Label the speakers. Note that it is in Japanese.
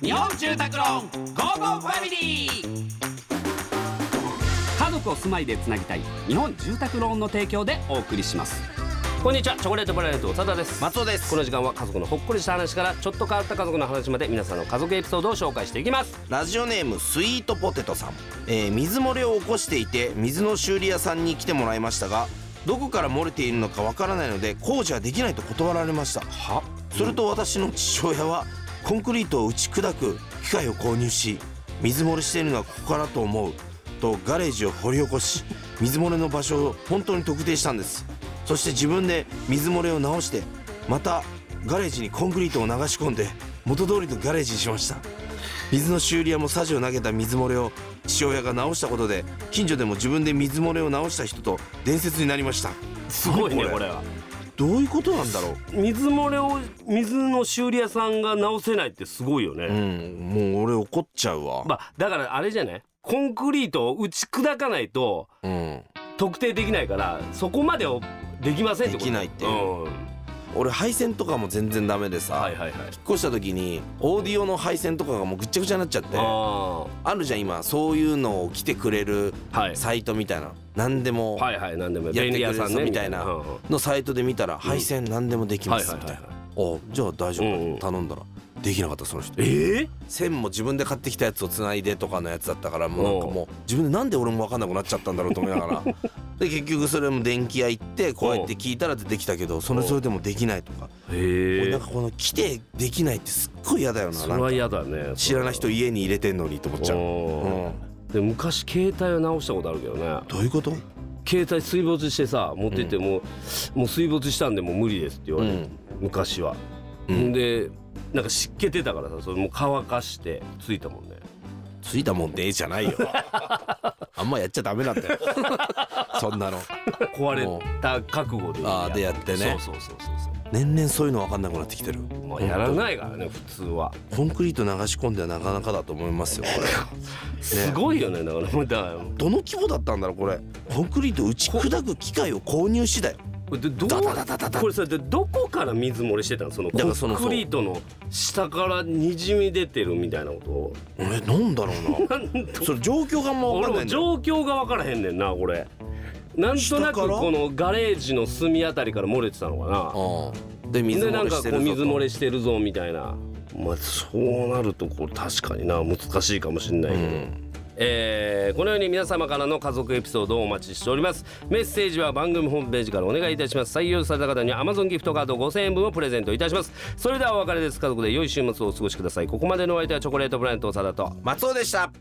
Speaker 1: 日本住宅ローンゴーゴーファミリー家族を住まいでつなぎたい日本住宅ローンの提供でお送りしますこんにちはチョコレートプラネット長田です
Speaker 2: 松尾です
Speaker 1: この時間は家族のほっこりした話からちょっと変わった家族の話まで皆さんの家族エピソードを紹介していきます
Speaker 2: ラジオネームスイートポテトさん、えー水漏れを起こしていて水の修理屋さんに来てもらいましたがどこから漏れているのかわからないので工事はできないと断られました
Speaker 1: は
Speaker 2: すると私の父親はコンクリートを打ち砕く機械を購入し水漏れしているのはここからと思うとガレージを掘り起こし水漏れの場所を本当に特定したんですそして自分で水漏れを直してまたガレージにコンクリートを流し込んで元通りのガレージにしました水の修理屋もサジを投げた水漏れを父親が直したことで近所でも自分で水漏れを直した人と伝説になりました
Speaker 1: すごいね
Speaker 2: 何
Speaker 1: これは
Speaker 2: どういうことなんだろう
Speaker 1: 水漏れを水の修理屋さんが直せないってすごいよね、
Speaker 2: うん、もう俺怒っちゃうわ。
Speaker 1: まあだからあれじゃないコンクリートを打ち砕かないと
Speaker 2: うん、
Speaker 1: 特定できないからそこまでをできませんってこと
Speaker 2: できないっていう
Speaker 1: うん、は
Speaker 2: 俺配線とかも全然ダメでさ、
Speaker 1: いはいはい
Speaker 2: 引っ越した時にオーディオの配線とかがもうぐっちゃぐちゃになっちゃって、あ
Speaker 1: あ
Speaker 2: るじゃん今そういうのを来てくれる
Speaker 1: あはい
Speaker 2: サイトみたいな、何でも
Speaker 1: はいはい何でも
Speaker 2: やって
Speaker 1: 便
Speaker 2: く
Speaker 1: 利
Speaker 2: れ
Speaker 1: 屋
Speaker 2: る
Speaker 1: さん
Speaker 2: 人
Speaker 1: ね
Speaker 2: みたいな
Speaker 1: うんうん
Speaker 2: のサイトで見たら配線何でもできますみたいな。おじゃあ大丈夫、
Speaker 1: うんうん
Speaker 2: 頼んだらできなかったその人
Speaker 1: ええ
Speaker 2: 線も自分で買ってきたやつをつないでとかのやつだったからもうなんかもう自分でなんで俺も分かんなくなっちゃったんだろうと思いなが らで結局それも電気屋行ってこうやって聞いたら出てきたけどそれそれでもできないとか俺
Speaker 1: へ
Speaker 2: なん
Speaker 1: え
Speaker 2: かこの来てできないってすっごい嫌だよな
Speaker 1: それ
Speaker 2: なんか
Speaker 1: は嫌だね
Speaker 2: 知らない人家に入れてんのにと思っちゃう、
Speaker 1: お
Speaker 2: う
Speaker 1: ー
Speaker 2: ん、
Speaker 1: で昔携帯を直したことあるけどね
Speaker 2: どういうこと、
Speaker 1: 携帯水没してさ持ってってもう,、もう水没したんでもう無理ですって言われて、
Speaker 2: うん
Speaker 1: 昔は、
Speaker 2: うん
Speaker 1: でなんか湿気出たからさそれもう乾かしてついたもんね
Speaker 2: ついたもんでええじゃ ないよあんまやっちゃダメなんだよそんなの
Speaker 1: 壊れた覚悟で
Speaker 2: あーでやってね
Speaker 1: そうそうそうそう
Speaker 2: 年々そういうの分かんなくなってきてる
Speaker 1: そうまあやらないからね普通は
Speaker 2: コンクリート流し込んではなかなかだと思いますよ これ
Speaker 1: すごいよねだからもうだからも
Speaker 2: どの規模だったんだろうこれコンクリート打ち砕く機械を購入しだよ
Speaker 1: うでどう
Speaker 2: ダダダダダダ
Speaker 1: これさでどこから水漏れしてたのそのコ
Speaker 2: だからそ
Speaker 1: ン
Speaker 2: の
Speaker 1: クリートの下からにじみ出てるみたいなこ
Speaker 2: えなんだろ うなそれ状況があんま
Speaker 1: と
Speaker 2: 分か
Speaker 1: 俺も
Speaker 2: んないんだよ
Speaker 1: 状況が分からへんねんなこれなんとなく
Speaker 2: 下から
Speaker 1: このガレージの隅あたりから漏れてたのかな
Speaker 2: うんで水
Speaker 1: でな
Speaker 2: 漏
Speaker 1: ん
Speaker 2: れ
Speaker 1: か
Speaker 2: して
Speaker 1: こう
Speaker 2: るぞ
Speaker 1: 水
Speaker 2: と
Speaker 1: 漏れしてるぞみたいなまあそうなるとこう確かにな難しいかもしれないけど、えーこのように皆様からの家族エピソードをお待ちしておりますメッセージは番組ホームページからお願いいたします採用された方には Amazon ギフトカード5000円分をプレゼントいたしますそれではお別れです家族で良い週末をお過ごしくださいここまでのお相手はチョコレートプラネット長田と
Speaker 2: 松尾でした